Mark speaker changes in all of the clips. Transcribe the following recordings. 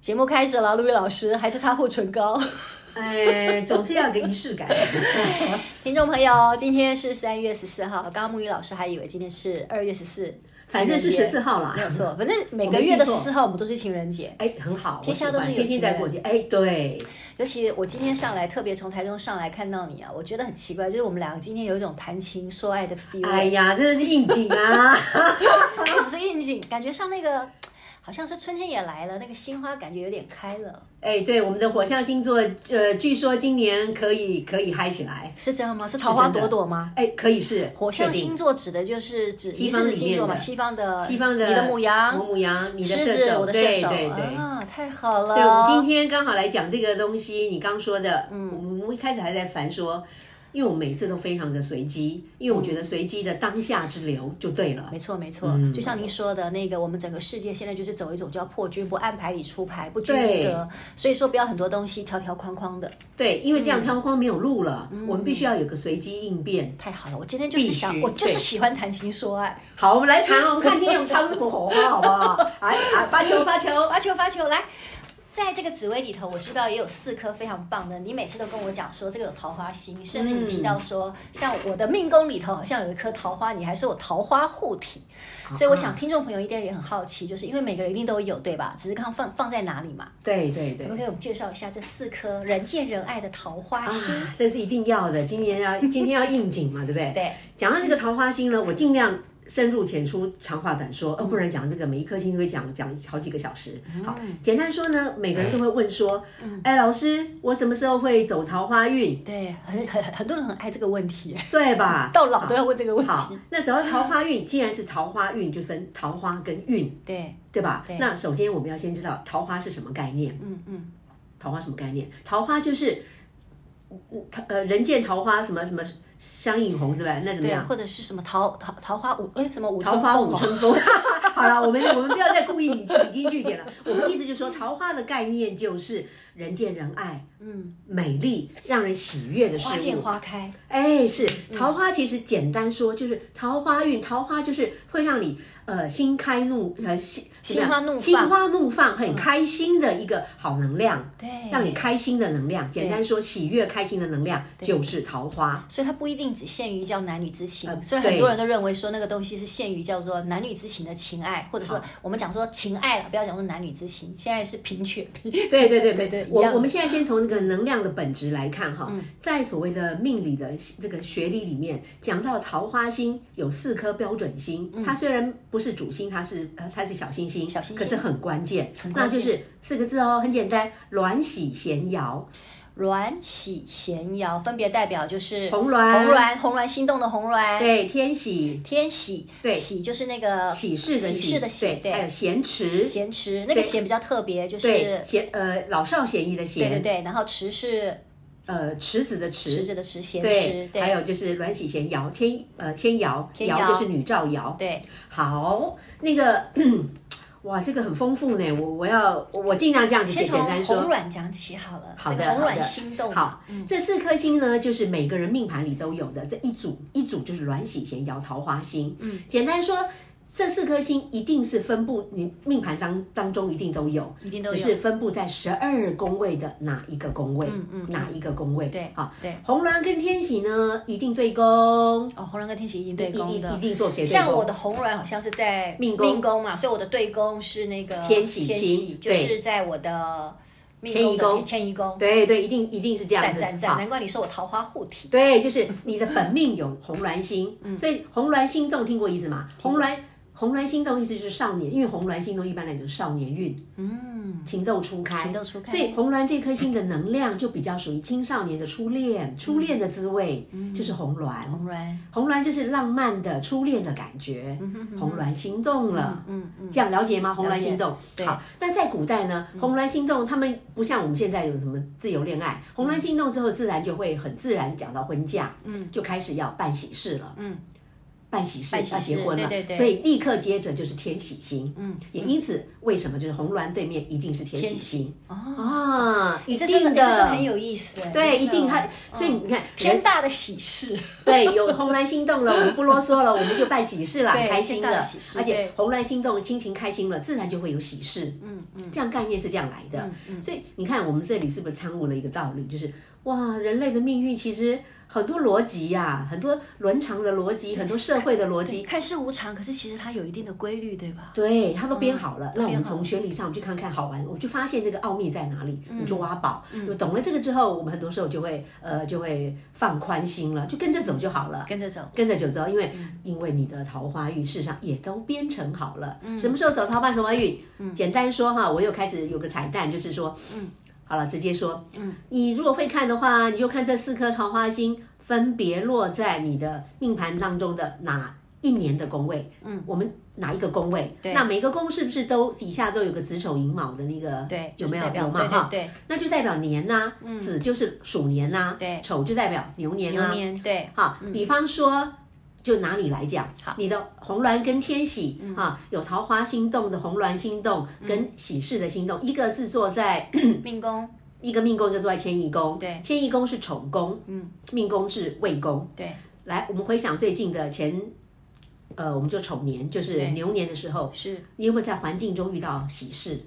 Speaker 1: 节目开始了，陆毅老师还在擦护唇膏。呃
Speaker 2: 哎，总是要有个仪式感。
Speaker 1: 听众朋友，今天是三月十四号，刚刚木鱼老师还以为今天是二月十四，
Speaker 2: 反正是十四号啦
Speaker 1: 没，有错，反正每个月的十四号我们都是情人节。
Speaker 2: 哎，很好，
Speaker 1: 天下
Speaker 2: 我喜欢
Speaker 1: 都是有
Speaker 2: 天天
Speaker 1: 情
Speaker 2: 在
Speaker 1: 人
Speaker 2: 过节。哎，对，
Speaker 1: 尤其我今天上来，特别从台中上来看到你啊，我觉得很奇怪，就是我们两个今天有一种谈情说爱的 feel，、
Speaker 2: 哎呀，真的是应景啊。
Speaker 1: 不只是应景，感觉像那个好像是春天也来了，那个新花感觉有点开了，
Speaker 2: 哎，对，我们的火象星座，呃，据说今年可以可以嗨起来。
Speaker 1: 是这样吗？是桃花
Speaker 2: 是真
Speaker 1: 朵
Speaker 2: 的
Speaker 1: 朵吗？
Speaker 2: 哎，可以是
Speaker 1: 火象
Speaker 2: 确定
Speaker 1: 星座指的就是指
Speaker 2: 西
Speaker 1: 你
Speaker 2: 方
Speaker 1: 是指
Speaker 2: 里面
Speaker 1: 星座嘛，
Speaker 2: 的
Speaker 1: 西方的
Speaker 2: 西方的
Speaker 1: 你的母羊
Speaker 2: 我、母羊，你的
Speaker 1: 狮
Speaker 2: 射
Speaker 1: 子，
Speaker 2: 手，
Speaker 1: 我的射
Speaker 2: 对
Speaker 1: 手
Speaker 2: 对对。
Speaker 1: 啊，太好了！
Speaker 2: 所以我们今天刚好来讲这个东西，你刚说的，嗯，我们一开始还在烦说，因为我每次都非常的随机，因为我觉得随机的当下之流就对了。
Speaker 1: 没错，没错，
Speaker 2: 嗯
Speaker 1: 就像您说的那个，我们整个世界现在就是走一种叫破军，不按牌理出牌，不拘一格，所以说不要很多东西条条框框的。
Speaker 2: 对，因为这样挑光没有路了，我们必须要有个随机应变。
Speaker 1: 太好了，我今天就是想，
Speaker 2: 必须
Speaker 1: 我就是
Speaker 2: 对
Speaker 1: 喜欢谈情说爱，
Speaker 2: 好，我们来谈，我们看今天我们唱什么火花，好不好？ 哎啊，发球发球！
Speaker 1: 发球发球来。在这个紫薇里头，我知道也有四颗非常棒的。你每次都跟我讲说这个有桃花星，甚至你提
Speaker 2: 嗯
Speaker 1: 到说，像我的命宫里头好像有一颗桃花，你还说我桃花护体。所以我
Speaker 2: 嗯
Speaker 1: 想听众朋友一定也很好奇，就是因为每个人一定都有对吧？只是看放放在哪里嘛。
Speaker 2: 对对对
Speaker 1: 可不。可以我们介绍一下这四颗人见人爱的桃花
Speaker 2: 啊
Speaker 1: 心？，
Speaker 2: 这是一定要的，今年要今天要应景嘛，对不对？
Speaker 1: 对。
Speaker 2: 讲到这个桃花心呢，我尽量深入浅出，长话短说，呃，
Speaker 1: 嗯
Speaker 2: 不然讲这个每一颗星都会讲讲好几个小时。好，简单说呢，每个人都会问说，
Speaker 1: 嗯
Speaker 2: 哎，老师，我什么时候会走桃花运？
Speaker 1: 对， 很很很多人很爱这个问题，
Speaker 2: 对吧？
Speaker 1: 到老都要问这个问
Speaker 2: 好
Speaker 1: 题。，
Speaker 2: 那走到桃花运，既然是桃花运，就分桃花跟运，
Speaker 1: 对，
Speaker 2: 对吧？
Speaker 1: 对
Speaker 2: 那首先我们要先知道桃花是什么概念。
Speaker 1: 嗯嗯，
Speaker 2: 桃花什么概念？桃花就是，嗯桃呃，人见桃花什么什么相映红，是吧？那怎么
Speaker 1: 对，
Speaker 2: 样？
Speaker 1: 或者是什么桃桃桃花舞，哎，什么舞
Speaker 2: 桃花舞
Speaker 1: 春
Speaker 2: 春风。 好了，我们我们不要再故意引经据 典了。我们意思就是说，桃花的概念就是人见人爱，嗯，美丽让人喜悦的
Speaker 1: 哦花
Speaker 2: 事
Speaker 1: 见
Speaker 2: 物。
Speaker 1: 花嗯开，
Speaker 2: 哎，是桃花，其实简单说就是桃花运，桃花就是会让你呃心开怒呃心
Speaker 1: 心花怒放
Speaker 2: 心花怒放，很开心的一个好能量。
Speaker 1: 对，
Speaker 2: 让你。开心的能量，简单说，喜悦开心的能量就是桃花。
Speaker 1: 所以它不一定只限于叫男女之情，
Speaker 2: 呃
Speaker 1: 虽然很多
Speaker 2: 对
Speaker 1: 人都认为说那个东西是限于叫做男女之情的情爱，或者说我们讲说情爱了，不要讲说男女之情，现在是贫 血，
Speaker 2: 对对对
Speaker 1: 对
Speaker 2: 对
Speaker 1: 对一
Speaker 2: 我
Speaker 1: 样嗯
Speaker 2: 我们现在先从那个能量的本质来看哈，在所谓的命理的这个学理里面，讲到桃花星有四颗标准星，它虽然不是主星，它是呃它是小星星，
Speaker 1: 嗯小星星
Speaker 2: 可是很关键，
Speaker 1: 很
Speaker 2: 那
Speaker 1: 关键
Speaker 2: 就是四个字哦，很简单，鸾喜闲摇，
Speaker 1: 鸾喜闲摇分别代表就是
Speaker 2: 红鸾
Speaker 1: 红鸾、红鸾心动的红鸾，
Speaker 2: 对，天喜
Speaker 1: 天喜，
Speaker 2: 对
Speaker 1: 喜就是那个
Speaker 2: 喜事的
Speaker 1: 喜事的喜，
Speaker 2: 对，还有
Speaker 1: 对，
Speaker 2: 咸池，
Speaker 1: 咸池那个咸比较特别，就是
Speaker 2: 对，咸呃老少咸宜的
Speaker 1: 对对
Speaker 2: 咸，
Speaker 1: 对，然后池是
Speaker 2: 呃池子的
Speaker 1: 池子的池，咸
Speaker 2: 对
Speaker 1: 池，，
Speaker 2: 还
Speaker 1: 对
Speaker 2: 有就是阮喜贤瑶天呃天瑶，
Speaker 1: 天瑶
Speaker 2: 瑶就是女赵瑶。
Speaker 1: 对，
Speaker 2: 好，那个 哇，这个很丰富呢，我我要我我尽量这样子
Speaker 1: 先
Speaker 2: 简
Speaker 1: 从
Speaker 2: 单
Speaker 1: 红
Speaker 2: 说。
Speaker 1: 鸾讲起好了，
Speaker 2: 好
Speaker 1: 这
Speaker 2: 的，
Speaker 1: 个红
Speaker 2: 好
Speaker 1: 鸾
Speaker 2: 的
Speaker 1: 心动，嗯
Speaker 2: 好，这四颗星呢，就是每个人命盘里都有的，这一组一组就是阮喜贤瑶桃花星。嗯，简单说。这四颗星一定是分布你命盘当当中一定都有，
Speaker 1: 一定都
Speaker 2: 只
Speaker 1: 有，
Speaker 2: 是分布在十二宫位的哪一个宫位，嗯嗯，哪一个宫位，
Speaker 1: 对
Speaker 2: 好，
Speaker 1: 对，
Speaker 2: 红鸾跟天喜呢一定对宫，
Speaker 1: 哦，红鸾跟天喜一定对
Speaker 2: 一
Speaker 1: 宫
Speaker 2: 定一
Speaker 1: 的。
Speaker 2: 定做斜对宫。
Speaker 1: 像我的红鸾好像是在
Speaker 2: 命宫
Speaker 1: 嘛，所以我的对宫是那个
Speaker 2: 天喜
Speaker 1: 天
Speaker 2: 星
Speaker 1: 喜就
Speaker 2: 对
Speaker 1: 是在我的命
Speaker 2: 迁
Speaker 1: 宫
Speaker 2: 移
Speaker 1: 的
Speaker 2: 宫
Speaker 1: 迁移宫，
Speaker 2: 对对，一定一定是这样
Speaker 1: 赞
Speaker 2: 子。
Speaker 1: 赞赞，
Speaker 2: 好
Speaker 1: 难怪你说我桃花护体，
Speaker 2: 对，就是你的本命有红鸾星，所以红鸾星动听过意思吗？红鸾红鸾心动意思就是少年，因为红鸾心动一般来讲就是少年运，
Speaker 1: 嗯，
Speaker 2: 情窦初开，
Speaker 1: 情窦初开
Speaker 2: 所以红鸾这颗星的能量就比较属于青少年的初恋，初恋的滋味、就是红鸾，
Speaker 1: 红鸾，
Speaker 2: 红鸾就是浪漫的初恋的感觉，红鸾心动了。
Speaker 1: 嗯嗯，
Speaker 2: 这样了解吗？红鸾
Speaker 1: 解
Speaker 2: 心动
Speaker 1: 对，嗯
Speaker 2: 好。那在古代呢，红鸾心动，他们不像我们现在有什么自由恋
Speaker 1: 嗯
Speaker 2: 爱，红鸾心动之后，自然就会很自然讲到婚嫁，嗯，就开始要办喜事了，
Speaker 1: 嗯，
Speaker 2: 办喜事
Speaker 1: 办喜
Speaker 2: 要结
Speaker 1: 事
Speaker 2: 婚
Speaker 1: 对
Speaker 2: 了，
Speaker 1: 对对
Speaker 2: 所以立刻接着就是天喜星，嗯，也因此为什么就是红鸾对面一定是天喜星啊？一
Speaker 1: 嗯哦你这真的，
Speaker 2: 定
Speaker 1: 你这真的
Speaker 2: 的，
Speaker 1: 很有意思哎，
Speaker 2: 对，
Speaker 1: 真
Speaker 2: 一
Speaker 1: 的
Speaker 2: 定
Speaker 1: 哦
Speaker 2: 它，所以你看
Speaker 1: 天大的喜事，
Speaker 2: 对，有红鸾心动了，我们不啰嗦了，我们就办喜事啦，
Speaker 1: 对
Speaker 2: 开心
Speaker 1: 天大的
Speaker 2: 了
Speaker 1: 喜。事
Speaker 2: 而
Speaker 1: 对
Speaker 2: 且红鸾心动，心情开心了，自然就会有喜事。嗯嗯，这样概念是这样来
Speaker 1: 嗯
Speaker 2: 的。所以你看，我们这里是不是参悟了一个道理，就是哇，人类的命运其实很多逻辑呀、很多伦常的逻辑，很多社会的逻辑。
Speaker 1: 看似无常，可是其实它有一定的规律，对吧？
Speaker 2: 对，它都编好了。那我
Speaker 1: 嗯编
Speaker 2: 们
Speaker 1: 好了
Speaker 2: 从学理上我们去看看好玩，我们就发现这个奥秘在哪里，我们
Speaker 1: 嗯
Speaker 2: 就挖宝。就懂了这个之后，我们很多时候就会呃就会放宽心了，就跟着走就好了。
Speaker 1: 跟着走，嗯
Speaker 2: 跟着九州，因为、因为你的桃花运事实上也都编程好了，
Speaker 1: 嗯
Speaker 2: 什么时候走桃花什么运？简单说哈，我又开始有个彩蛋，就是说，好了，直接说，
Speaker 1: 嗯
Speaker 2: 你如果会看的话，你就看这四颗桃花星分别落在你的命盘当中的哪一年的宫位，嗯，我们哪一个宫位？
Speaker 1: 对
Speaker 2: 那每个宫是不是都底下都有个子丑寅卯的那个？
Speaker 1: 对，
Speaker 2: 有
Speaker 1: 就是
Speaker 2: 没有
Speaker 1: 代表
Speaker 2: 有嘛
Speaker 1: 对
Speaker 2: 哈
Speaker 1: 对？对，嗯
Speaker 2: 那就代表年呐、子就是鼠年呐、
Speaker 1: 对
Speaker 2: 丑就代表牛年啊
Speaker 1: 牛，年对，嗯
Speaker 2: 好，比方说，就拿你来讲，你的红鸾跟天喜
Speaker 1: 嗯
Speaker 2: 啊，有桃花心动的红鸾心动跟喜事的心动，一个是坐在
Speaker 1: 命宫
Speaker 2: 一个命宫，一个坐在迁移宫，
Speaker 1: 对，
Speaker 2: 迁移宫是丑宫，嗯，命宫是未宫，
Speaker 1: 对，
Speaker 2: 来，我们回想最近的前。呃，我们就丑年，就是
Speaker 1: 对
Speaker 2: 牛年的时候，
Speaker 1: 是
Speaker 2: 你有没有在环境中遇到喜事？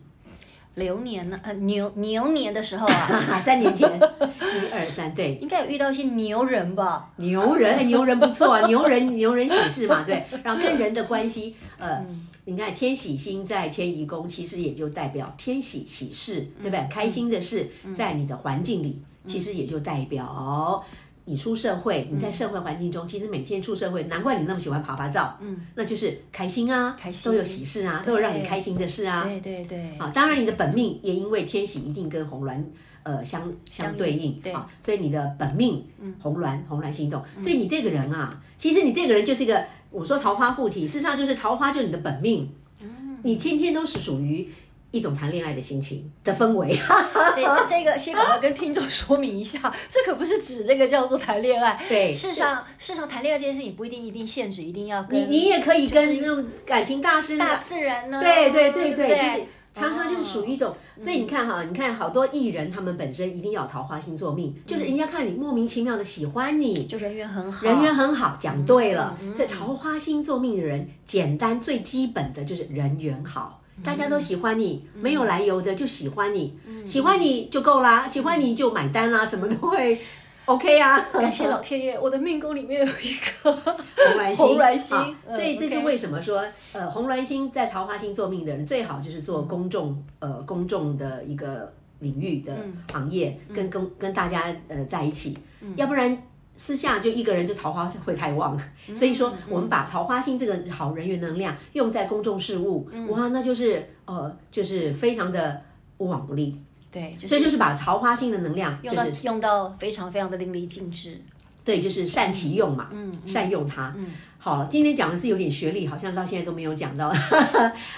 Speaker 1: 流年呢，呃牛牛年的时候啊，
Speaker 2: 啊， 三年前，一二三，对，
Speaker 1: 应该有遇到一些牛人吧？
Speaker 2: 牛人，哎牛人不错 啊，牛人牛人喜事嘛，对。然后跟人的关系，呃，
Speaker 1: 嗯
Speaker 2: 你看天喜星在迁移宫，其实也就代表天喜喜事，
Speaker 1: 嗯
Speaker 2: 对不对？开心的事在你的环境里，其实也就代表。哦你出社会，
Speaker 1: 嗯
Speaker 2: 你在社会环境中，其实每天出社会，难怪你那么喜欢爬爬照，嗯，那就是开心啊，
Speaker 1: 开心
Speaker 2: 都有喜事啊，都有让你开心的事啊，
Speaker 1: 对对对，
Speaker 2: 啊，当然你的本命也因为天喜一定跟红鸾呃相相对应
Speaker 1: 对嗯
Speaker 2: 啊，所以你的本命红鸾红鸾心动，所以你这个人啊，其实你这个人就是一个我说桃花护体，事实上就是桃花就是你的本命，
Speaker 1: 嗯
Speaker 2: 你天天都是属于一种谈恋爱的心情的氛围，
Speaker 1: 嗯这这这个先赶快跟听众说明一下， 这可不是指这个叫做谈恋爱。
Speaker 2: 对
Speaker 1: 事实上，事实上谈恋爱这件事情不一定一定限制，一定要
Speaker 2: 你
Speaker 1: 跟
Speaker 2: 你也可以
Speaker 1: 就是
Speaker 2: 跟那种感情大师啊
Speaker 1: 大自然呢。
Speaker 2: 对
Speaker 1: 对
Speaker 2: 对
Speaker 1: 哦嗯
Speaker 2: 对
Speaker 1: 不
Speaker 2: 对，就是常常就是属于一种，所以你看哈，你看好多艺人，他们本身一定要有桃花星座命，
Speaker 1: 嗯
Speaker 2: 就是人家看你莫名其妙的喜欢你，
Speaker 1: 就人缘很好，嗯
Speaker 2: 人缘很好，讲对了。所以桃花星座命的人，简单最基本的就是人缘好，
Speaker 1: 嗯
Speaker 2: 大家都喜欢你，没有来由的就喜欢你，
Speaker 1: 嗯
Speaker 2: 喜欢你就够啦，喜欢你就买单啦，什么都会 OK 啊。
Speaker 1: 感谢老天爷，我的命宫里面有一个
Speaker 2: 红鸾星，
Speaker 1: 红鸾星
Speaker 2: 啊
Speaker 1: 嗯
Speaker 2: 所以这
Speaker 1: OK
Speaker 2: 就为什么说，呃，红鸾星在桃花星座命的人，最好就是
Speaker 1: 嗯
Speaker 2: 做公众，呃，公众的一个领域的
Speaker 1: 嗯
Speaker 2: 行业，跟跟跟大家呃在一起，要不然。私下就一个人就桃花会太旺，
Speaker 1: 嗯
Speaker 2: 所以说我们把桃花星这个好人缘能量用在公众事务，
Speaker 1: 嗯
Speaker 2: 哇，那就是呃，就是非常的无往不利。
Speaker 1: 对，就
Speaker 2: 这
Speaker 1: 是
Speaker 2: 就是把桃花星的能量，就
Speaker 1: 用到
Speaker 2: 是
Speaker 1: 用到非常非常的淋漓尽致。
Speaker 2: 对，就是善其用嘛，
Speaker 1: 嗯
Speaker 2: 善用它。好了，今天讲的是有点学历，好像到现在都没有讲到。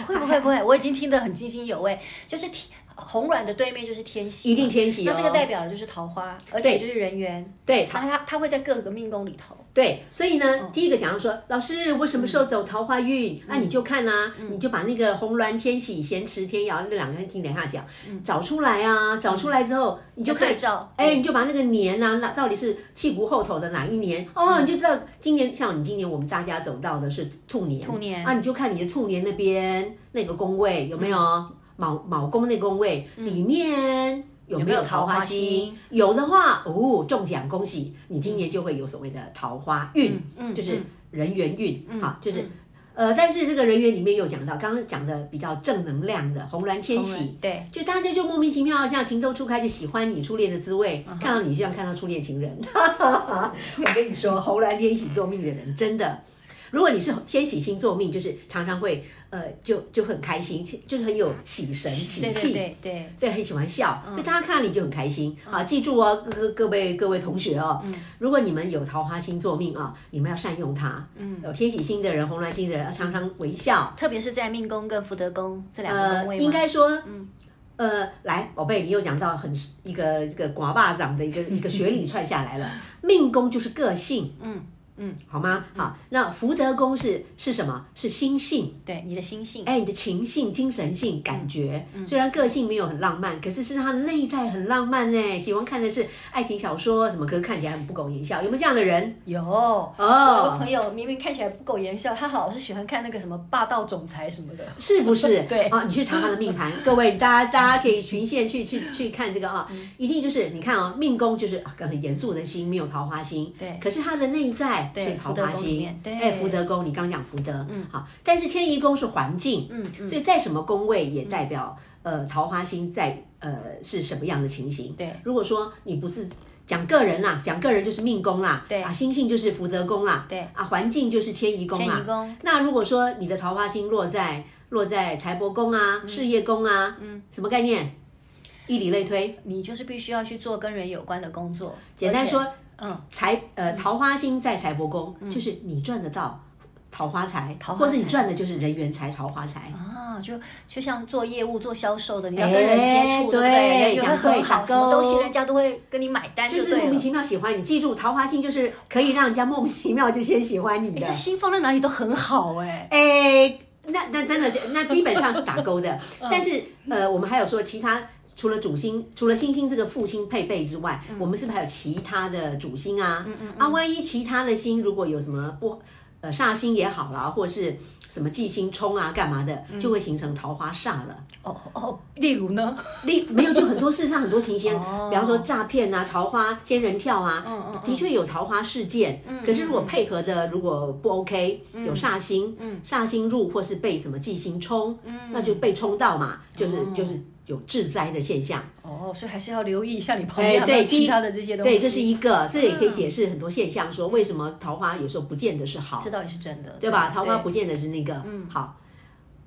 Speaker 1: 会不会不会？我已经听得很津津有味，就是天红软的对面就是 天喜嘛，
Speaker 2: 一定天喜哦
Speaker 1: 那这个代表的就是桃花，而且就是人缘。
Speaker 2: 对
Speaker 1: 那它它会在各个命宫里头。
Speaker 2: 对，所以
Speaker 1: 哦
Speaker 2: 呢，第一个讲到说，老师，我什么时候走桃花运？
Speaker 1: 嗯
Speaker 2: 那、你就看啊，你就把那个红鸾天喜、咸池天姚那两个听等一下讲，
Speaker 1: 嗯
Speaker 2: 找出来啊，找出来之后，你就
Speaker 1: 就对
Speaker 2: 看
Speaker 1: 照
Speaker 2: 哎，你就把那个年啊，那到底是屁股后头的哪一年？哦，
Speaker 1: 嗯
Speaker 2: 你就知道今年，像你今年我们大家走到的是兔年，
Speaker 1: 兔年
Speaker 2: 啊，你就看你的兔年那边那个宫位有没有
Speaker 1: 嗯
Speaker 2: 卯卯宫那个宫位里面。有没
Speaker 1: 有没有
Speaker 2: 有桃
Speaker 1: 桃
Speaker 2: 花
Speaker 1: 花嗯
Speaker 2: 星
Speaker 1: 星？
Speaker 2: 有的话，哦，中奖恭喜！你今年就会有所谓的桃花运，
Speaker 1: 嗯
Speaker 2: 就是
Speaker 1: 嗯
Speaker 2: 人缘运，好，就是。呃，但是这个人缘里面有讲到，刚刚讲的比较正能量的红鸾天喜，
Speaker 1: 对，
Speaker 2: 就大家就莫名其妙像情窦初开就喜欢你初恋的滋味，
Speaker 1: 嗯
Speaker 2: 看到你就 像看到初恋情人。我跟你说，红鸾天喜做命的人真的。如果你是天喜星座命，就是常常会呃就就很开心，就是很有喜神喜
Speaker 1: 对对
Speaker 2: 气。
Speaker 1: 对对，
Speaker 2: 对，很喜欢笑，
Speaker 1: 嗯
Speaker 2: 所以大家看到你就很开心、啊！记住哦，各各位各位同学哦，
Speaker 1: 嗯
Speaker 2: 如果你们有桃花星座命啊、你们要善用它。嗯，有天喜星的人、红鸾星的人，常常微笑。
Speaker 1: 特别是在命宫跟福德宫这两个
Speaker 2: 呃
Speaker 1: 宫，位吗
Speaker 2: 应该说，
Speaker 1: 嗯
Speaker 2: 呃，来，宝贝，你又讲到很一个这个寡霸掌的一个一个学理串下来 了。命宫就是个性，
Speaker 1: 嗯嗯，
Speaker 2: 好吗？好，那福德宫是是什么？是心性。
Speaker 1: 对你的心性，
Speaker 2: 哎，你的情性、精神
Speaker 1: 嗯
Speaker 2: 性、感觉，虽然个性没有很浪漫，可是是他内在很浪漫呢。喜欢看的是爱情小说什么，可是看起来很不苟言笑，有没有这样的人？
Speaker 1: 有哦，我有个
Speaker 2: 哦，
Speaker 1: 朋友明明看起来不苟言笑，他好像是喜欢看那个什么霸道总裁什么的。
Speaker 2: 是不是？
Speaker 1: 对
Speaker 2: 啊，你去查他 的命盘，各位大家大家可以循线去去去看这个啊，
Speaker 1: 嗯
Speaker 2: 一定就是你看哦，命宫就是啊很严肃的心，没有桃花心，
Speaker 1: 对
Speaker 2: 可是他的内在
Speaker 1: 对
Speaker 2: 是桃
Speaker 1: 福德
Speaker 2: 花
Speaker 1: 宫里
Speaker 2: 心
Speaker 1: 面，对
Speaker 2: 哎，福德宫，你刚讲福德，嗯，好，但是迁移宫是环境，
Speaker 1: 嗯嗯，
Speaker 2: 所以在什么宫位也代表、呃桃花星在呃是什么样的情形。
Speaker 1: 对，
Speaker 2: 如果说你不是讲个人啦，讲个人就是命宫啦，
Speaker 1: 对
Speaker 2: 啊，星性就是福德宫啦，
Speaker 1: 对
Speaker 2: 啊，环境就是迁移宫
Speaker 1: 迁
Speaker 2: 啦
Speaker 1: 移。宫啊
Speaker 2: 那如果说你的桃花星落在落在财帛宫啊、事业宫啊，嗯，什么概念？以理类推，
Speaker 1: 你就是必须要去做跟人有关的工作。
Speaker 2: 简单
Speaker 1: 而且，
Speaker 2: 说，
Speaker 1: 嗯，
Speaker 2: 财呃桃花星在财帛宫，就是你赚得到桃花财，
Speaker 1: 桃花
Speaker 2: 或是你
Speaker 1: 财
Speaker 2: 赚的就是人缘财、桃花财。
Speaker 1: 啊，就就像做业务、做销售的，你要跟人接触，
Speaker 2: 哎
Speaker 1: 对不
Speaker 2: 对
Speaker 1: 人缘会
Speaker 2: 讲对
Speaker 1: 很好，
Speaker 2: 打
Speaker 1: 什么东西
Speaker 2: 勾
Speaker 1: 人家都会跟你买单，
Speaker 2: 就是
Speaker 1: 对
Speaker 2: 莫名
Speaker 1: 了。
Speaker 2: 其妙喜欢你。记住，桃花星就是可以让人家莫名其妙就先喜欢你
Speaker 1: 哎，
Speaker 2: 的
Speaker 1: 这。新放在哪里都很好哎、
Speaker 2: 哎，那那真的是，那基本上是打勾的。但是呃，我们还有说其他。除了主星，除了星星这个副星配备之外，我们是不是还有其他的主星啊？啊，万一其他的星如果有什么不呃煞星也好啦，或是什么忌星冲啊干嘛的，就会形成桃花煞了。
Speaker 1: 哦哦，例如呢？
Speaker 2: 例没有，就很多事实上很多情形
Speaker 1: 哦，
Speaker 2: 比方说诈骗啊、桃花、仙人跳啊，
Speaker 1: 嗯
Speaker 2: 的确有桃花事件。可是如果配合的如果不 OK，有
Speaker 1: 嗯
Speaker 2: 煞星，煞星入或是被什么忌星冲，
Speaker 1: 嗯
Speaker 2: 那就被冲到嘛，就是就是有致灾的现象。
Speaker 1: 哦，所以还是要留意一下你旁
Speaker 2: 哎
Speaker 1: 边有没有
Speaker 2: 对
Speaker 1: 其
Speaker 2: 第一
Speaker 1: 他的这些东西。嗯
Speaker 2: 对，这是一个，这也可以解释很多现象，说为什么桃花有时候不见得是好
Speaker 1: 这，倒也是真的，
Speaker 2: 对吧？桃花不见得是那个
Speaker 1: 嗯
Speaker 2: 好。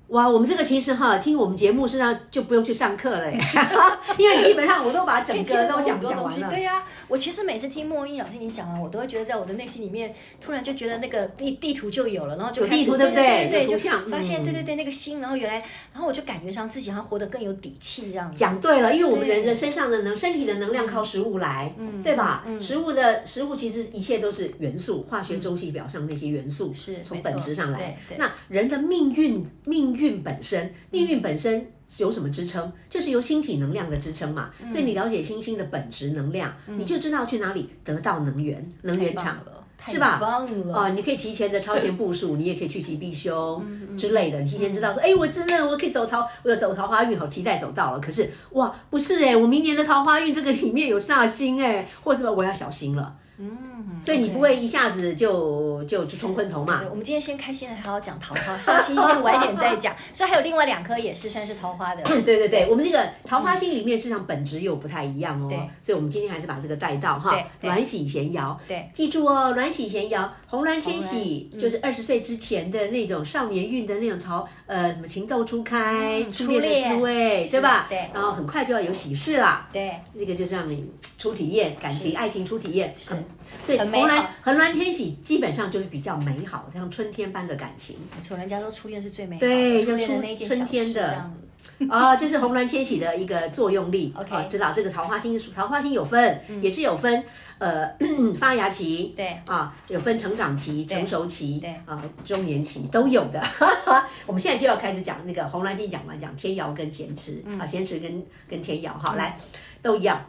Speaker 2: 哇，我们这个其实哈，听我们节目实际上就不用去上课了耶， 因为基本上我都把整
Speaker 1: 每
Speaker 2: 个
Speaker 1: 个
Speaker 2: 都
Speaker 1: 都
Speaker 2: 讲
Speaker 1: 讲
Speaker 2: 讲完了。
Speaker 1: 对呀、我其实每次听莫英老师你讲完，我都会觉得在我的内心里面，突然就觉得那个地地图就有了，然后就
Speaker 2: 有
Speaker 1: 开始
Speaker 2: 地图
Speaker 1: 对
Speaker 2: 对不
Speaker 1: 对
Speaker 2: 对
Speaker 1: 对，
Speaker 2: 有
Speaker 1: 就
Speaker 2: 图像
Speaker 1: 发现
Speaker 2: 嗯
Speaker 1: 对对对那个心，然后原来，然后我就感觉上自己好像活得更有底气这样子。
Speaker 2: 讲对了，因为我们
Speaker 1: 对嗯
Speaker 2: 人的身上的能身体的能量靠食物来，对吧？食物的食物其实一切都是元素，化学周期表上那些元素
Speaker 1: 是
Speaker 2: 从
Speaker 1: 没错
Speaker 2: 本质上来。
Speaker 1: 对对嗯
Speaker 2: 那人的命运，命运本身，命运本身有什么支撑？就是由星体能量的支撑嘛。
Speaker 1: 嗯
Speaker 2: 所以你了解星星的本质能量，你就知道去哪里得到能源，能源场
Speaker 1: 太棒了，
Speaker 2: 是吧
Speaker 1: 太棒了，
Speaker 2: 哦，你可以提前的超前部署，你也可以趋吉避凶
Speaker 1: 嗯
Speaker 2: 之类的。你提前知道说，哎，我真的我可以走桃，我有走桃花运，好期待走到了。可是哇，不是哎，我明年的桃花运这个里面有煞星哎，或什么我要小心了。嗯，所以你
Speaker 1: OK
Speaker 2: 不会一下子就就就冲昏头嘛
Speaker 1: 对，？我们今天先开心的，还要讲桃花，伤心先晚一点再讲。所以还有另外两颗也是算是桃花的，
Speaker 2: 对对对，我们这个桃花心里面，事实上本质又不太一样哦
Speaker 1: 对。
Speaker 2: 所以我们今天还是把这个带到哈
Speaker 1: 对，对
Speaker 2: 鸾喜闲摇。
Speaker 1: 对，
Speaker 2: 记住哦，鸾喜闲摇，红鸾天喜
Speaker 1: 红鸾嗯
Speaker 2: 就是二十岁之前的那种少年运的那种桃，呃，什么情窦初开、
Speaker 1: 嗯
Speaker 2: 初
Speaker 1: 初
Speaker 2: 恋的
Speaker 1: 恋
Speaker 2: 滋味，对吧？
Speaker 1: 对
Speaker 2: 然后很快就要有喜事 啦。
Speaker 1: 对，
Speaker 2: 这个就是让你初体验感情、爱情初体验，
Speaker 1: 是
Speaker 2: 嗯所以
Speaker 1: 很美好
Speaker 2: 红鸾红鸾天喜基本上就是比较美好，像春天般的感情。
Speaker 1: 没错，人家说初恋是最美好的，
Speaker 2: 对
Speaker 1: 初
Speaker 2: 就
Speaker 1: 恋的
Speaker 2: 初
Speaker 1: 那一件小
Speaker 2: 春天
Speaker 1: 事这
Speaker 2: 的
Speaker 1: 样子。
Speaker 2: 哦，这是红鸾天喜的一个作用力。
Speaker 1: OK 嗯
Speaker 2: 哦知道这个桃花星，桃花星有分，也是有分，呃， 发芽期。
Speaker 1: 对
Speaker 2: 啊，有分成长期、
Speaker 1: 对
Speaker 2: 成熟期，
Speaker 1: 对
Speaker 2: 啊，中年期都有的。 我们现在就要开始讲那个红鸾天讲完，讲天姚跟咸池、
Speaker 1: 嗯
Speaker 2: 啊，咸池跟跟天姚哈，来都一样。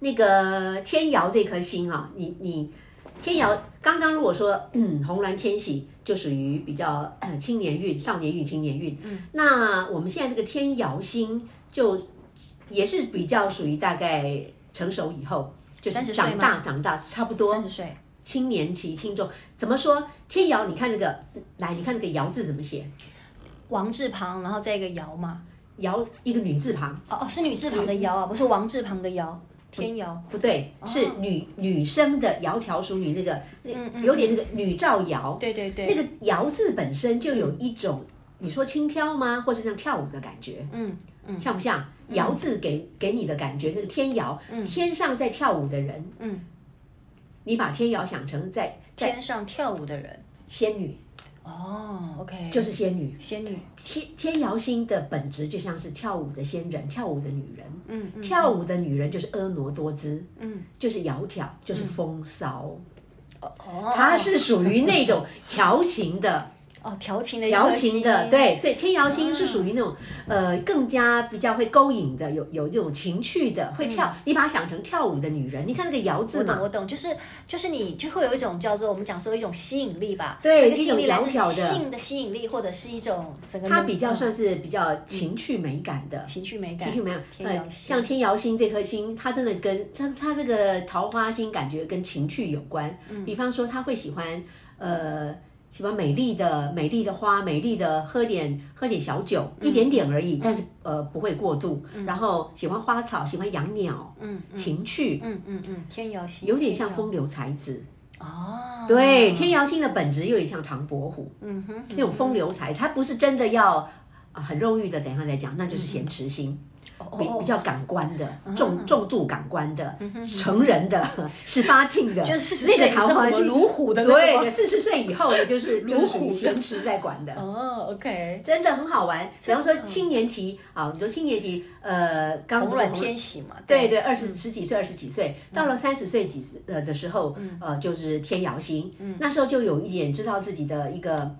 Speaker 2: 那个天姚这颗星啊，你你天姚刚刚如果说、嗯、红鸾天喜就属于比较、呃青年运、少年运、青年运，
Speaker 1: 嗯
Speaker 2: 那我们现在这个天姚星就也是比较属于大概成熟以后，就是
Speaker 1: 30岁
Speaker 2: 长
Speaker 1: 吗
Speaker 2: 大长大差不多
Speaker 1: 三十岁，
Speaker 2: 青年期轻重。怎么说？天姚，你看那个来，你看那个姚字怎么写？
Speaker 1: 王字旁，然后再一个姚嘛。
Speaker 2: 姚一个女字旁，
Speaker 1: 嗯哦哦，是女字旁的姚啊，不是王字旁的姚。天姚，
Speaker 2: 不对，
Speaker 1: 哦
Speaker 2: 是女女生的窈窕淑女那个，
Speaker 1: 嗯
Speaker 2: 那有点那个女造谣，
Speaker 1: 对对对，
Speaker 2: 那个窈字本身就有一种，你说轻佻吗？或是像跳舞的感觉，
Speaker 1: 嗯嗯
Speaker 2: 像不像？窈字给给你的感觉，那个天窈，天上在跳舞的人，
Speaker 1: 嗯，
Speaker 2: 你把天窈想成在在
Speaker 1: 天上跳舞的人，
Speaker 2: 仙女，
Speaker 1: 哦，OK，
Speaker 2: 就是是仙女。
Speaker 1: 仙女，
Speaker 2: 天天瑶星的本质就像是跳舞的仙人，跳舞的女人，
Speaker 1: 嗯嗯
Speaker 2: 跳舞的女人就是婀娜多姿，
Speaker 1: 嗯，
Speaker 2: 就是窈窕，就是风骚。
Speaker 1: 哦，
Speaker 2: 它是属于那种调情的，
Speaker 1: 哦调情的
Speaker 2: 调
Speaker 1: 调
Speaker 2: 情的，，对，所以天瑶星是属于那种，
Speaker 1: 嗯
Speaker 2: 呃，更加比较会勾引的，有有这种情趣的，会跳，你把它想成跳舞的女人，你看那个瑶字
Speaker 1: 嗯我懂，
Speaker 2: 嘛，
Speaker 1: 我懂，就是就是你就会有一种叫做我们讲说一种吸引力吧，
Speaker 2: 对
Speaker 1: 那个吸引力
Speaker 2: 一种
Speaker 1: 来
Speaker 2: 窈窕
Speaker 1: 自
Speaker 2: 的
Speaker 1: 性的吸引力，或者是一种整个
Speaker 2: 它
Speaker 1: 能
Speaker 2: 比较
Speaker 1: 嗯
Speaker 2: 算是比较情趣美感的，
Speaker 1: 情绪美感，
Speaker 2: 情绪没有，
Speaker 1: 天
Speaker 2: 呃，
Speaker 1: 姚星
Speaker 2: 像天姚星这颗星，它真的跟它它这个桃花星感觉跟情趣有关。
Speaker 1: 嗯
Speaker 2: 比方说，他会喜欢呃喜欢美丽的美丽的花，美丽的喝点喝点小酒，一点点而
Speaker 1: 嗯
Speaker 2: 已，但是呃不会过度。然后喜欢花草，喜欢养鸟，
Speaker 1: 嗯
Speaker 2: 情趣
Speaker 1: 嗯嗯嗯，天姚星
Speaker 2: 有点像
Speaker 1: 天姚
Speaker 2: 风流才子。
Speaker 1: 哦，
Speaker 2: 对，哎天姚星的本质有点像唐伯虎
Speaker 1: 嗯哼，
Speaker 2: 那种风流才，他不是真的要。啊很肉欲的怎样来讲，那就是咸池星。
Speaker 1: 嗯哦
Speaker 2: 比比较感官的，
Speaker 1: 啊
Speaker 2: 重重度感官的，
Speaker 1: 嗯
Speaker 2: 成人的， 十八禁的，
Speaker 1: 就是
Speaker 2: 那个
Speaker 1: 桃
Speaker 2: 桃花
Speaker 1: 花
Speaker 2: 心
Speaker 1: 如虎的那个吗
Speaker 2: 对，四十岁以后的就是
Speaker 1: 如虎
Speaker 2: 就是行持在管的。
Speaker 1: 哦，OK，
Speaker 2: 真的很好玩，比方说青年期啊，你说青年期，呃，刚
Speaker 1: 红
Speaker 2: 不是
Speaker 1: 鸾天喜嘛，
Speaker 2: 对对，二
Speaker 1: 嗯
Speaker 2: 十十几岁、二十几岁，到了三十岁几岁呃的时候，
Speaker 1: 嗯
Speaker 2: 呃，就是天姚星，那时候就有一点知道自己的一个，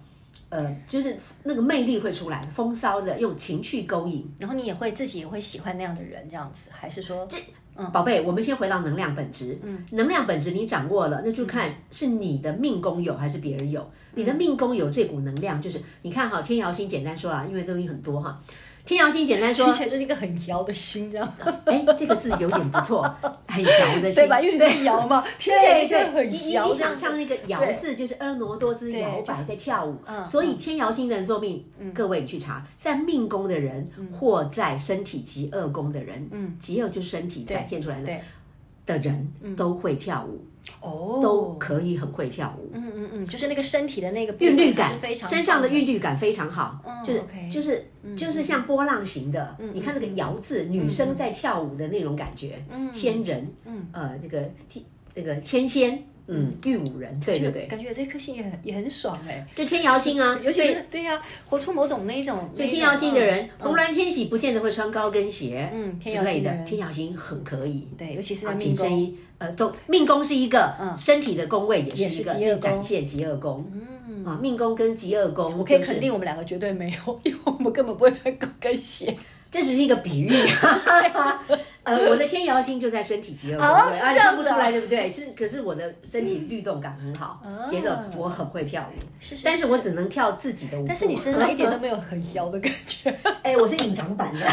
Speaker 2: 呃，就是那个魅力会出来，风骚的，用情趣勾引，
Speaker 1: 然后你也会自己也会喜欢那样的人这样子，还是说
Speaker 2: 呃宝贝，我们先回到能量本质。嗯，能量本质你掌握了，那
Speaker 1: 嗯
Speaker 2: 就看是你的命宫有还是别人有。你的命宫有这股能量，就是你看哈，天姚星简单说啦，因为东西很多哈。天姚星简单说
Speaker 1: 听，起来就是一个很摇的心这样，
Speaker 2: 哎，这个字有点不错，很摇的心，
Speaker 1: 对吧？哎因为你是摇嘛，听起来
Speaker 2: 对
Speaker 1: 就
Speaker 2: 对对，你
Speaker 1: 很
Speaker 2: 你
Speaker 1: 摇
Speaker 2: 你
Speaker 1: 这样
Speaker 2: 想
Speaker 1: 子
Speaker 2: 象。那个摇字就是婀娜多姿、
Speaker 1: 对
Speaker 2: 摇摆在跳舞
Speaker 1: 嗯，
Speaker 2: 所以天姚星的人做命，各位你去查，在命宫的人
Speaker 1: 嗯
Speaker 2: 或在身体极恶宫的人，嗯，极恶就是身体展现出来的
Speaker 1: 对嗯
Speaker 2: 的人都会跳舞，
Speaker 1: 哦，
Speaker 2: 都可以很会跳舞，
Speaker 1: 嗯嗯嗯，就是那个身体的那个
Speaker 2: 韵律
Speaker 1: 是
Speaker 2: 感
Speaker 1: 非常
Speaker 2: 身上的
Speaker 1: 棒嗯
Speaker 2: 韵律感非常好，就是
Speaker 1: OK 嗯
Speaker 2: 就是就是像波浪形的，你看那个摇字，女生在跳舞的那种感觉，
Speaker 1: 嗯
Speaker 2: 仙人，呃，那个天那个天仙，嗯，玉舞人，对对对，
Speaker 1: 感觉这颗星也很也很爽哎、
Speaker 2: 就天姚星啊，
Speaker 1: 尤其
Speaker 2: 所以
Speaker 1: 是对呀、活出某种那一种，嗯所
Speaker 2: 天姚星的人，哦红鸾天喜不见得会穿高跟鞋，嗯之
Speaker 1: 天姚
Speaker 2: 类
Speaker 1: 星的
Speaker 2: 的
Speaker 1: 人，
Speaker 2: 天姚星很可以，
Speaker 1: 对，尤其是在命
Speaker 2: 紧身
Speaker 1: 宫，嗯
Speaker 2: 衣，呃，都命宫是一个，身体的宫位也是一
Speaker 1: 也是极恶
Speaker 2: 个
Speaker 1: 宫
Speaker 2: 展现极恶宫，嗯啊，命宫跟极恶宫，我
Speaker 1: 可以肯定我们两个绝对没有， 因为我们根本不会穿高跟鞋。
Speaker 2: 这只是一个 比喻。 呃，我的天姚星就在身体极恶宫，
Speaker 1: 哦
Speaker 2: 对
Speaker 1: 是
Speaker 2: 啊
Speaker 1: 这样
Speaker 2: 看不
Speaker 1: 子啊
Speaker 2: 出来，对不对？是，可是我的身体律动感很好，
Speaker 1: 嗯
Speaker 2: 接着我很会跳舞，
Speaker 1: 是是
Speaker 2: 但是
Speaker 1: 是
Speaker 2: 我只能跳自己的舞步。
Speaker 1: 哦但是你身上一点都没有很摇的感觉，
Speaker 2: 哎，我是隐藏版的，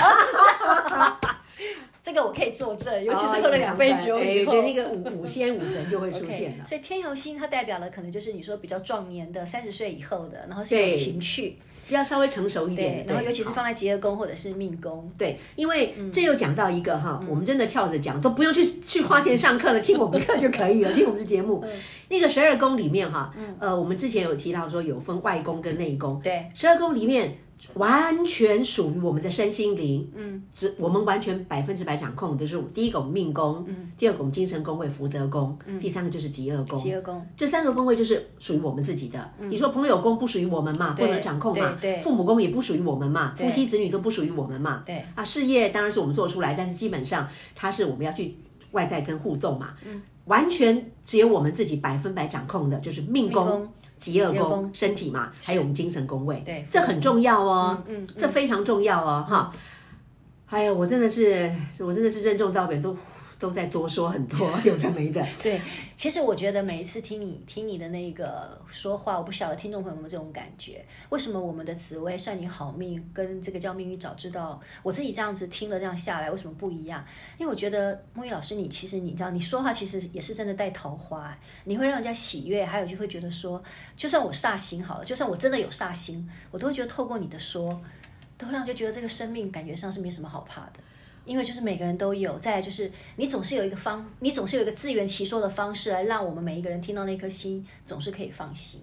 Speaker 1: 这个我可以作证，尤
Speaker 2: 尤
Speaker 1: 其是喝了两杯酒以后。
Speaker 2: 哎对那个五五仙五神就会出现
Speaker 1: OK，
Speaker 2: 了。
Speaker 1: 所以天姚星它代表了可能就是你说比较壮年的三十岁以后的，然后是有
Speaker 2: 对
Speaker 1: 情趣，
Speaker 2: 要稍微成熟一
Speaker 1: 对，，
Speaker 2: 点对
Speaker 1: 然后尤其是
Speaker 2: 好
Speaker 1: 放在吉厄宫或者是命宫，
Speaker 2: 对，因为
Speaker 1: 嗯
Speaker 2: 这又讲到一个哈，我们真的跳着讲，都不用去去花钱上课了，听我们课就可以了，听我们的节 目。那个十二宫里面哈，呃，我们之前有提到说有分外宫跟内宫，
Speaker 1: 嗯对，
Speaker 2: 十二宫里面完全属于我们的身心灵，嗯，只我们完全百分之百掌控的就是第一个我们命宫，嗯，第二个我们精神宫位福德宫，第三个就是极恶宫，
Speaker 1: 吉厄嗯宫嗯
Speaker 2: 这三个宫位就是属于我们自己的。你说朋友宫不属于我们嘛，不能掌控嘛
Speaker 1: 对对；
Speaker 2: 父母宫也不属于我们嘛，夫妻子女都不属于我们嘛。
Speaker 1: 对
Speaker 2: 啊，事业当然是我们做出来，但是基本上它是我们要去外在跟互动嘛。
Speaker 1: 嗯
Speaker 2: 完全只有我们自己百分百掌控的，就是命
Speaker 1: 命
Speaker 2: 宫
Speaker 1: 宫、
Speaker 2: 极恶
Speaker 1: 极恶
Speaker 2: 宫
Speaker 1: 宫、
Speaker 2: 身体嘛，还有我们精神宫位。
Speaker 1: 对
Speaker 2: 这很重要哦，
Speaker 1: 嗯嗯嗯
Speaker 2: 这非常重要哦，哈。哎呀，我真的是，我真的是任重道远，都都在多说很多，有的没的。
Speaker 1: 对，其实我觉得每一次听你听你的那个说话，我不晓得听众朋友们有没有这种感觉，为什么我们的紫薇算你好命，跟这个叫命运早知道，我自己这样子听了这样下来，为什么不一样？因为我觉得木易老师你其实你知道，你说话其实也是真的带桃花，你会让人家喜悦，还有就会觉得说，就算我煞星好了，就算我真的有煞星，我都会觉得透过你的说，都会让人家觉得这个生命感觉上是没什么好怕的。因为就是每个人都有，再来就是你总是有一个方，你总是有一个自圆其说的方式来让我们每一个人听到那颗心，总是可以放心。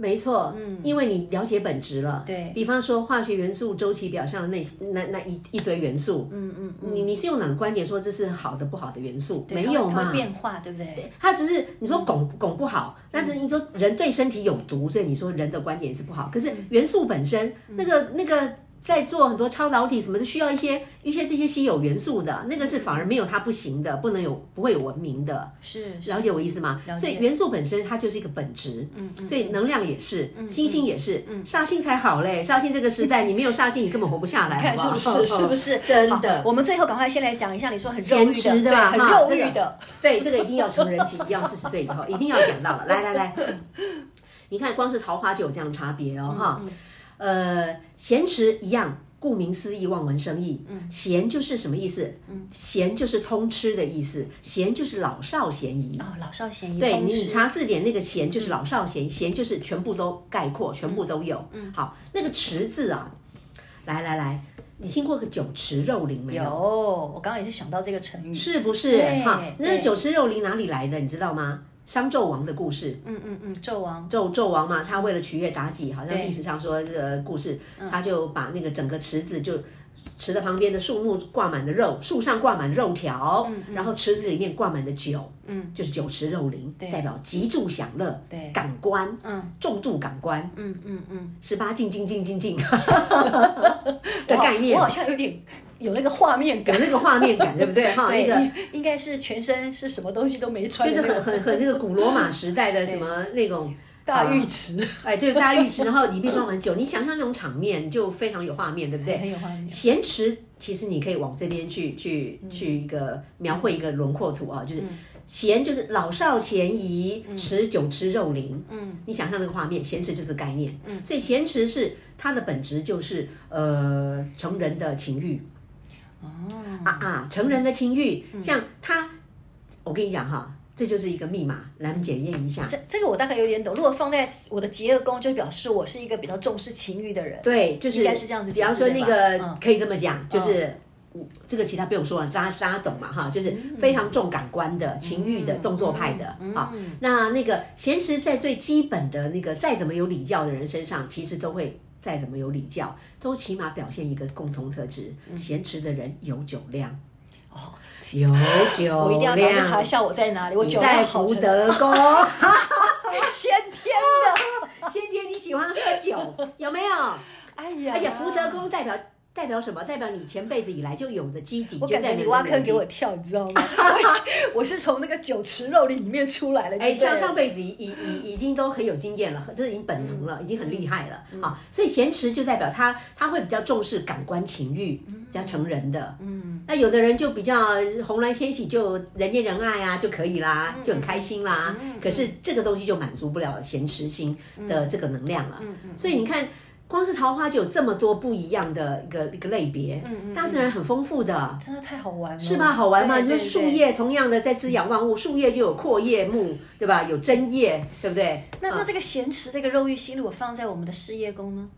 Speaker 2: 没错，嗯，因为你了解本质了，对，比方说化学元素周期表上那那那一一堆元素，嗯嗯，你你是用哪个观点说这是好的不好的元素？没有
Speaker 1: 它会
Speaker 2: 嘛，
Speaker 1: 变化，对不对？
Speaker 2: 它只是你说汞汞不好，但是你说人对身体有毒，所以你说人的观点是不好。可是元素本身，那个那个在做很多超导体什么的，需要一些一些这些稀有元素的，那个是反而没有它不行的，不能有不会有文明的。
Speaker 1: 是
Speaker 2: 了解我意思吗？所以元素本身它就是一个本质，嗯，所以能量也是，
Speaker 1: 嗯
Speaker 2: 星星也是，煞星才好嘞。煞星这个时代，你没有煞星，你根本活不下来，好
Speaker 1: 看
Speaker 2: 不
Speaker 1: 是
Speaker 2: 好哦
Speaker 1: 不 是是不是？
Speaker 2: 真
Speaker 1: 好
Speaker 2: 的
Speaker 1: 我们最后赶快先来讲一下，你说很肉
Speaker 2: 甜
Speaker 1: 欲的，
Speaker 2: 食
Speaker 1: 对，
Speaker 2: 吧？
Speaker 1: 很
Speaker 2: 哈
Speaker 1: 肉
Speaker 2: 这
Speaker 1: 欲
Speaker 2: 个
Speaker 1: 的，
Speaker 2: 对，这个一定要成人期，一定要四十岁 以后，一定要讲到了。来来来，你看光是桃花就有这样的差别
Speaker 1: 嗯
Speaker 2: 哦，哈，呃，咸池一样。顾名思义，望文生义。
Speaker 1: 嗯
Speaker 2: 咸就是什么意思？咸就是通吃的意思，咸就是老少咸宜。
Speaker 1: 哦，老少咸宜，
Speaker 2: 对
Speaker 1: 通
Speaker 2: 你
Speaker 1: 吃
Speaker 2: 查字典那个咸就是老少咸，咸就是全部都概括，全部都有。嗯，好，那个池字啊，来来来，你听过个酒池肉林没有？
Speaker 1: 有，我刚刚也是想到这个成语，
Speaker 2: 是不是
Speaker 1: 对
Speaker 2: 哈？那
Speaker 1: 对
Speaker 2: 个酒池肉林哪里来的？你知道吗？商纣王的故事，
Speaker 1: 嗯嗯嗯，纣王，
Speaker 2: 纣纣王嘛，他为了取悦妲己，好像历史上说这个故事，
Speaker 1: 嗯
Speaker 2: 他就把那个整个池子就。池的旁边的树木挂满了肉，树上挂满肉条，
Speaker 1: 嗯
Speaker 2: 然后池子里面挂满了酒，嗯，就是酒池肉林，代表极度享乐，
Speaker 1: 对
Speaker 2: 感官，
Speaker 1: 嗯
Speaker 2: 重度感官，
Speaker 1: 嗯嗯嗯，
Speaker 2: 十八禁禁禁禁禁 的概念
Speaker 1: 我，好像有点有那个画面
Speaker 2: 有
Speaker 1: 感，
Speaker 2: 那个画面感，对不对？哈，那 个
Speaker 1: 对，应该是全身是什么东西都没穿
Speaker 2: 就
Speaker 1: 的
Speaker 2: 是
Speaker 1: 那种，
Speaker 2: 很很很那个古罗马时代的什么那种
Speaker 1: 大浴池，
Speaker 2: 哎，对，大浴池，然后里面装满酒，你想象那种场面你就非常有画面，对不对？
Speaker 1: 很有画面
Speaker 2: 咸池其实你可以往这边去去
Speaker 1: 嗯
Speaker 2: 去一个描绘一个轮廓图啊，就是咸就是老少咸宜，
Speaker 1: 嗯
Speaker 2: 池酒池肉林，嗯，你想象那个画面，咸池就是概念，嗯，所以咸池是它的本质就是呃成人的情欲，
Speaker 1: 哦，
Speaker 2: 啊啊，成人的情欲，
Speaker 1: 嗯
Speaker 2: 像他，我跟你讲哈，这就是一个密码，来我们检验一下，
Speaker 1: 这这个我大概有点懂。如果放在我的极恶宫，就表示我是一个比较重视情欲的人。
Speaker 2: 对，就是
Speaker 1: 应该是这样子
Speaker 2: 比
Speaker 1: 解释
Speaker 2: 方说那
Speaker 1: 对吧
Speaker 2: 个
Speaker 1: 嗯
Speaker 2: 可以这么讲，就是这个其他不用说了，大家大家懂嘛
Speaker 1: 嗯
Speaker 2: 哈，就是非常重感官的、情欲的、动作派的
Speaker 1: 嗯
Speaker 2: 啊。那那个闲时在最基本的那个再怎么有礼教的人身上，其实都会。再怎么有礼教，都起码表现一个共同特质：闲持的人有酒量。
Speaker 1: 嗯哦，
Speaker 2: 有酒量。
Speaker 1: 我一定要赶快查一下我在哪里。我
Speaker 2: 你
Speaker 1: 酒
Speaker 2: 在
Speaker 1: 量好
Speaker 2: 福
Speaker 1: 成
Speaker 2: 德 宫。
Speaker 1: 先天的，
Speaker 2: 仙姐，你喜欢喝酒有没有？
Speaker 1: 哎呀，
Speaker 2: 而且福德，宫代表代表什么？代表你前辈子以来就有的基底，
Speaker 1: 我
Speaker 2: 就
Speaker 1: 感
Speaker 2: 在
Speaker 1: 觉
Speaker 2: 那
Speaker 1: 你
Speaker 2: 个
Speaker 1: 挖
Speaker 2: 里
Speaker 1: 坑给我
Speaker 2: 面。
Speaker 1: 跳，你知 道吗？我是我是从那个酒池肉林里面出来的，对
Speaker 2: 哎，
Speaker 1: 不对
Speaker 2: 上上辈子已已已已经都很有经验了，这已经本能
Speaker 1: 嗯
Speaker 2: 了，已经很厉害了、啊！所以咸池就代表他他会比较重视感官情欲，比较成人的。嗯，那有的人就比较红鸾天喜，就人见人爱啊就可以啦，
Speaker 1: 嗯
Speaker 2: 就很开心啦。可是这个东西就满足不了咸池心的
Speaker 1: 嗯
Speaker 2: 这个能量了。所以你看，光是桃花就有这么多不一样的一个一个类别，嗯嗯，大自然很丰富的，
Speaker 1: 真的太好玩了，
Speaker 2: 是吧？好玩吗？
Speaker 1: 对
Speaker 2: 你说
Speaker 1: 对对
Speaker 2: 树叶同样的在滋养万物，树叶就有阔叶木，对吧？有针叶，对不对？
Speaker 1: 那那
Speaker 2: 啊
Speaker 1: 这个咸池这个肉欲心，如果放在我们的事业宫呢？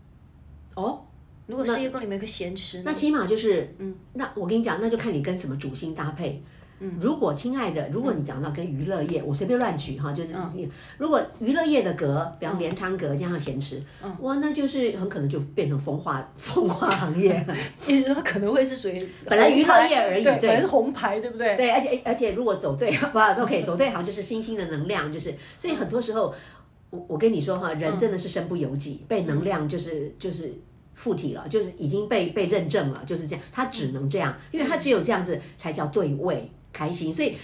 Speaker 2: 哦，
Speaker 1: 如果事业宫里面有个咸池呢，
Speaker 2: 那起码就是，嗯，那我跟你讲，那就看你跟什么主星搭配。嗯，如果亲爱的，如果你讲到跟娱乐业，我随便乱取哈，就是你、如果娱乐业的格，比方镰仓格加上咸池，哇，那就是很可能就变成风化风化行业。
Speaker 1: 意思说可能会是属于
Speaker 2: 本来娱乐业
Speaker 1: 红牌
Speaker 2: 而已
Speaker 1: 对，
Speaker 2: 对
Speaker 1: 本来是红牌，对不对？
Speaker 2: 对，而且哎而且如果走对，不，OK，走对行就是星星的能量，就是所以很多时候，我我跟你说哈，人真的是身不由己，被能量就是就是附体了，就是已经被被认证了，就是这样，他只能这样，因为他只有这样子才叫对位开心，所以。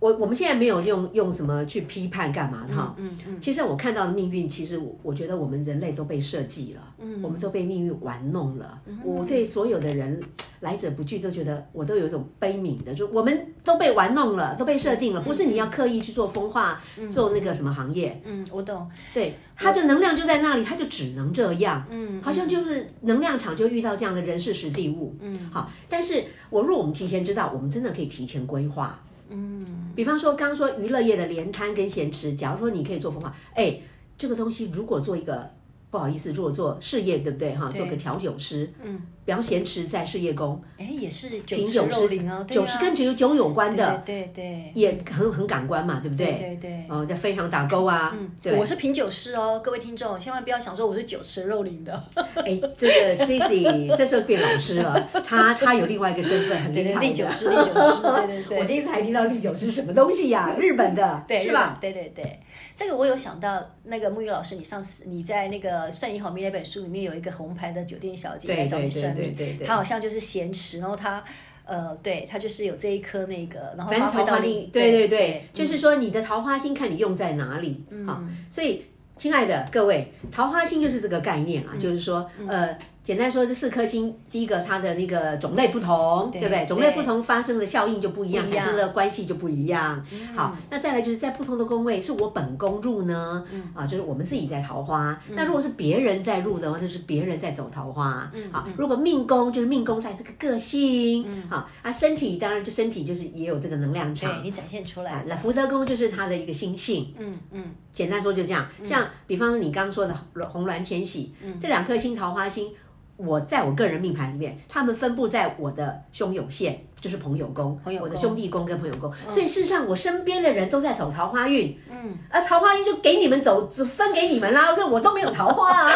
Speaker 2: 我我们现在没有用用什么去批判干嘛的哈，嗯嗯，其实我看到的命运，其实我我觉得我们人类都被设计了，嗯，我们都被命运玩弄了。我对所有的人来者不拒，都觉得我都有一种悲悯的，就我们都被玩弄了，都被设定了，不是你要刻意去做风化，做那个什么行业，
Speaker 1: 嗯，我懂。
Speaker 2: 对，它的能量就在那里，它就只能这样，嗯，好像就是能量场就遇到这样的人事实地物，嗯，好，但是我若我们提前知道，我们真的可以提前规划，嗯，比方说刚刚说娱乐业的连摊跟咸池，假如说你可以做风化，哎，这个东西如果做一个。不好意思，如果做事业，对不对哈？做个调酒师，嗯，比方咸池在事业宫，
Speaker 1: 哎，也是九
Speaker 2: 品
Speaker 1: 十
Speaker 2: 九
Speaker 1: 肉林啊，
Speaker 2: 是
Speaker 1: 对
Speaker 2: 九
Speaker 1: 啊
Speaker 2: 是跟九九有关的，
Speaker 1: 对对
Speaker 2: 也很很感官嘛，对不
Speaker 1: 对
Speaker 2: 对？
Speaker 1: 对对
Speaker 2: 哦，在非常打勾啊，嗯对。
Speaker 1: 我是品酒师哦，各位听众千万不要想说我是酒池肉林的，
Speaker 2: 哎，这个 Cici 这时候变老师了，他他有另外一个身份，很厉害
Speaker 1: 历
Speaker 2: 的。
Speaker 1: 酒师，历酒师，对对对。
Speaker 2: 我第一次还听到绿酒是什么东西呀、日本的，
Speaker 1: 对，
Speaker 2: 是
Speaker 1: 日
Speaker 2: 吧？
Speaker 1: 本？对对对，这个我有想到，那个沐浴老师，你上次你在那个《算你好命》那本书里面有一个红牌的酒店小姐来
Speaker 2: 对
Speaker 1: 找
Speaker 2: 对
Speaker 1: 你
Speaker 2: 对
Speaker 1: 算
Speaker 2: 对
Speaker 1: 命，
Speaker 2: 对对。
Speaker 1: 她好像就是咸池，然后她呃，对她就是有这一颗那个，然后
Speaker 2: 反
Speaker 1: 发
Speaker 2: 正
Speaker 1: 挥
Speaker 2: 桃
Speaker 1: 到
Speaker 2: 花
Speaker 1: 另
Speaker 2: 令，对对对
Speaker 1: 对，，嗯
Speaker 2: 就是说你的桃花心看你用在哪里啊。所以，亲爱的各位，桃花心就是这个概念啊，
Speaker 1: 嗯
Speaker 2: 就是说，呃，简单说，这四颗星，第一个它的那个种类不同，对不对？种类不同发生的效应就不一样，
Speaker 1: 不一样
Speaker 2: 产生的关系就不一样。好，那再来就是在不同的宫位，是我本宫入呢，啊，就是我们自己在桃花。那如果是别人在入的话，就是别人在走桃花。好，如果命宫就是命宫在这个个性，好，啊，身体当然就身体就是也有这个能量场。
Speaker 1: 对你展现出来
Speaker 2: 啊，那福德宫就是它的一个心性，
Speaker 1: 嗯嗯，
Speaker 2: 简单说就这样。像比方你刚刚说的红鸾天喜，
Speaker 1: 嗯
Speaker 2: 这两颗星桃花星，我在我个人命盘里面，他们分布在我的兄友线，就是朋友宫，
Speaker 1: 朋友
Speaker 2: 我的
Speaker 1: 宫嗯
Speaker 2: 兄弟宫跟朋友宫。所以事实上，我身边的人都在走桃花运，嗯，而桃花运就给你们走，只分给你们啦，所以我都没有桃 花啊。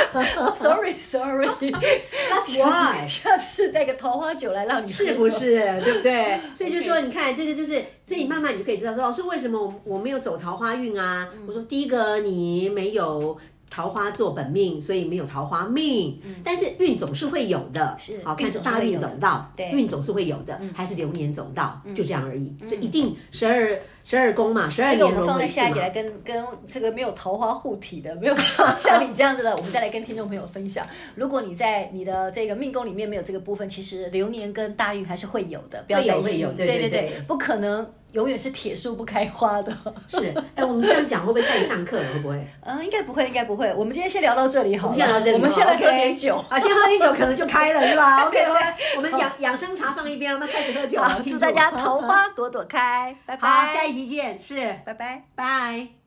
Speaker 1: Sorry Sorry，
Speaker 2: That's
Speaker 1: 下次。
Speaker 2: why
Speaker 1: 下次带个桃花酒来让你喝
Speaker 2: 是不是？对 不对？所以就说，你看这个就是，所以慢慢你就可以知道说，老哦师为什么我我没有走桃花运啊？
Speaker 1: 嗯
Speaker 2: 我说第一个你没有。桃花做本命，所以没有桃花命，但是运总是会有的，
Speaker 1: 嗯是
Speaker 2: 好
Speaker 1: 运
Speaker 2: 看是
Speaker 1: 总是会
Speaker 2: 大运走到，
Speaker 1: 有的对嗯
Speaker 2: 运总是会有的，还是流年走到，就这样而已，所以一定十二十二宫嘛，十二
Speaker 1: 这个我
Speaker 2: 年
Speaker 1: 们
Speaker 2: 轮
Speaker 1: 放在
Speaker 2: 回一次
Speaker 1: 下一
Speaker 2: 嘛
Speaker 1: 节来跟跟这个没有桃花护体的，没有像像你这样子的，我们再来跟听众朋友分享。如果你在你的这个命宫里面没有这个部分，其实流年跟大运还是会有的，不要
Speaker 2: 会有
Speaker 1: 担心。
Speaker 2: 会有对
Speaker 1: 对
Speaker 2: 对
Speaker 1: 对
Speaker 2: 对
Speaker 1: 不可能永远是铁树不开花的。
Speaker 2: 是，哎，我们这样讲会不会太上课了？会不会？
Speaker 1: 嗯，应该不会，应该不会。我们今天先聊到这里好了，
Speaker 2: 我们先聊到这里
Speaker 1: 我们先来喝
Speaker 2: OK
Speaker 1: 点酒。
Speaker 2: 啊，先喝点酒可能就开了是吧？OK
Speaker 1: 对
Speaker 2: OK，我们养养生茶放一边，我们开始喝酒
Speaker 1: 好
Speaker 2: 了，庆
Speaker 1: 祝
Speaker 2: 祝
Speaker 1: 大家桃花朵朵开，拜
Speaker 2: 好，下
Speaker 1: 拜，
Speaker 2: 一集见，是，
Speaker 1: 拜拜。
Speaker 2: 拜。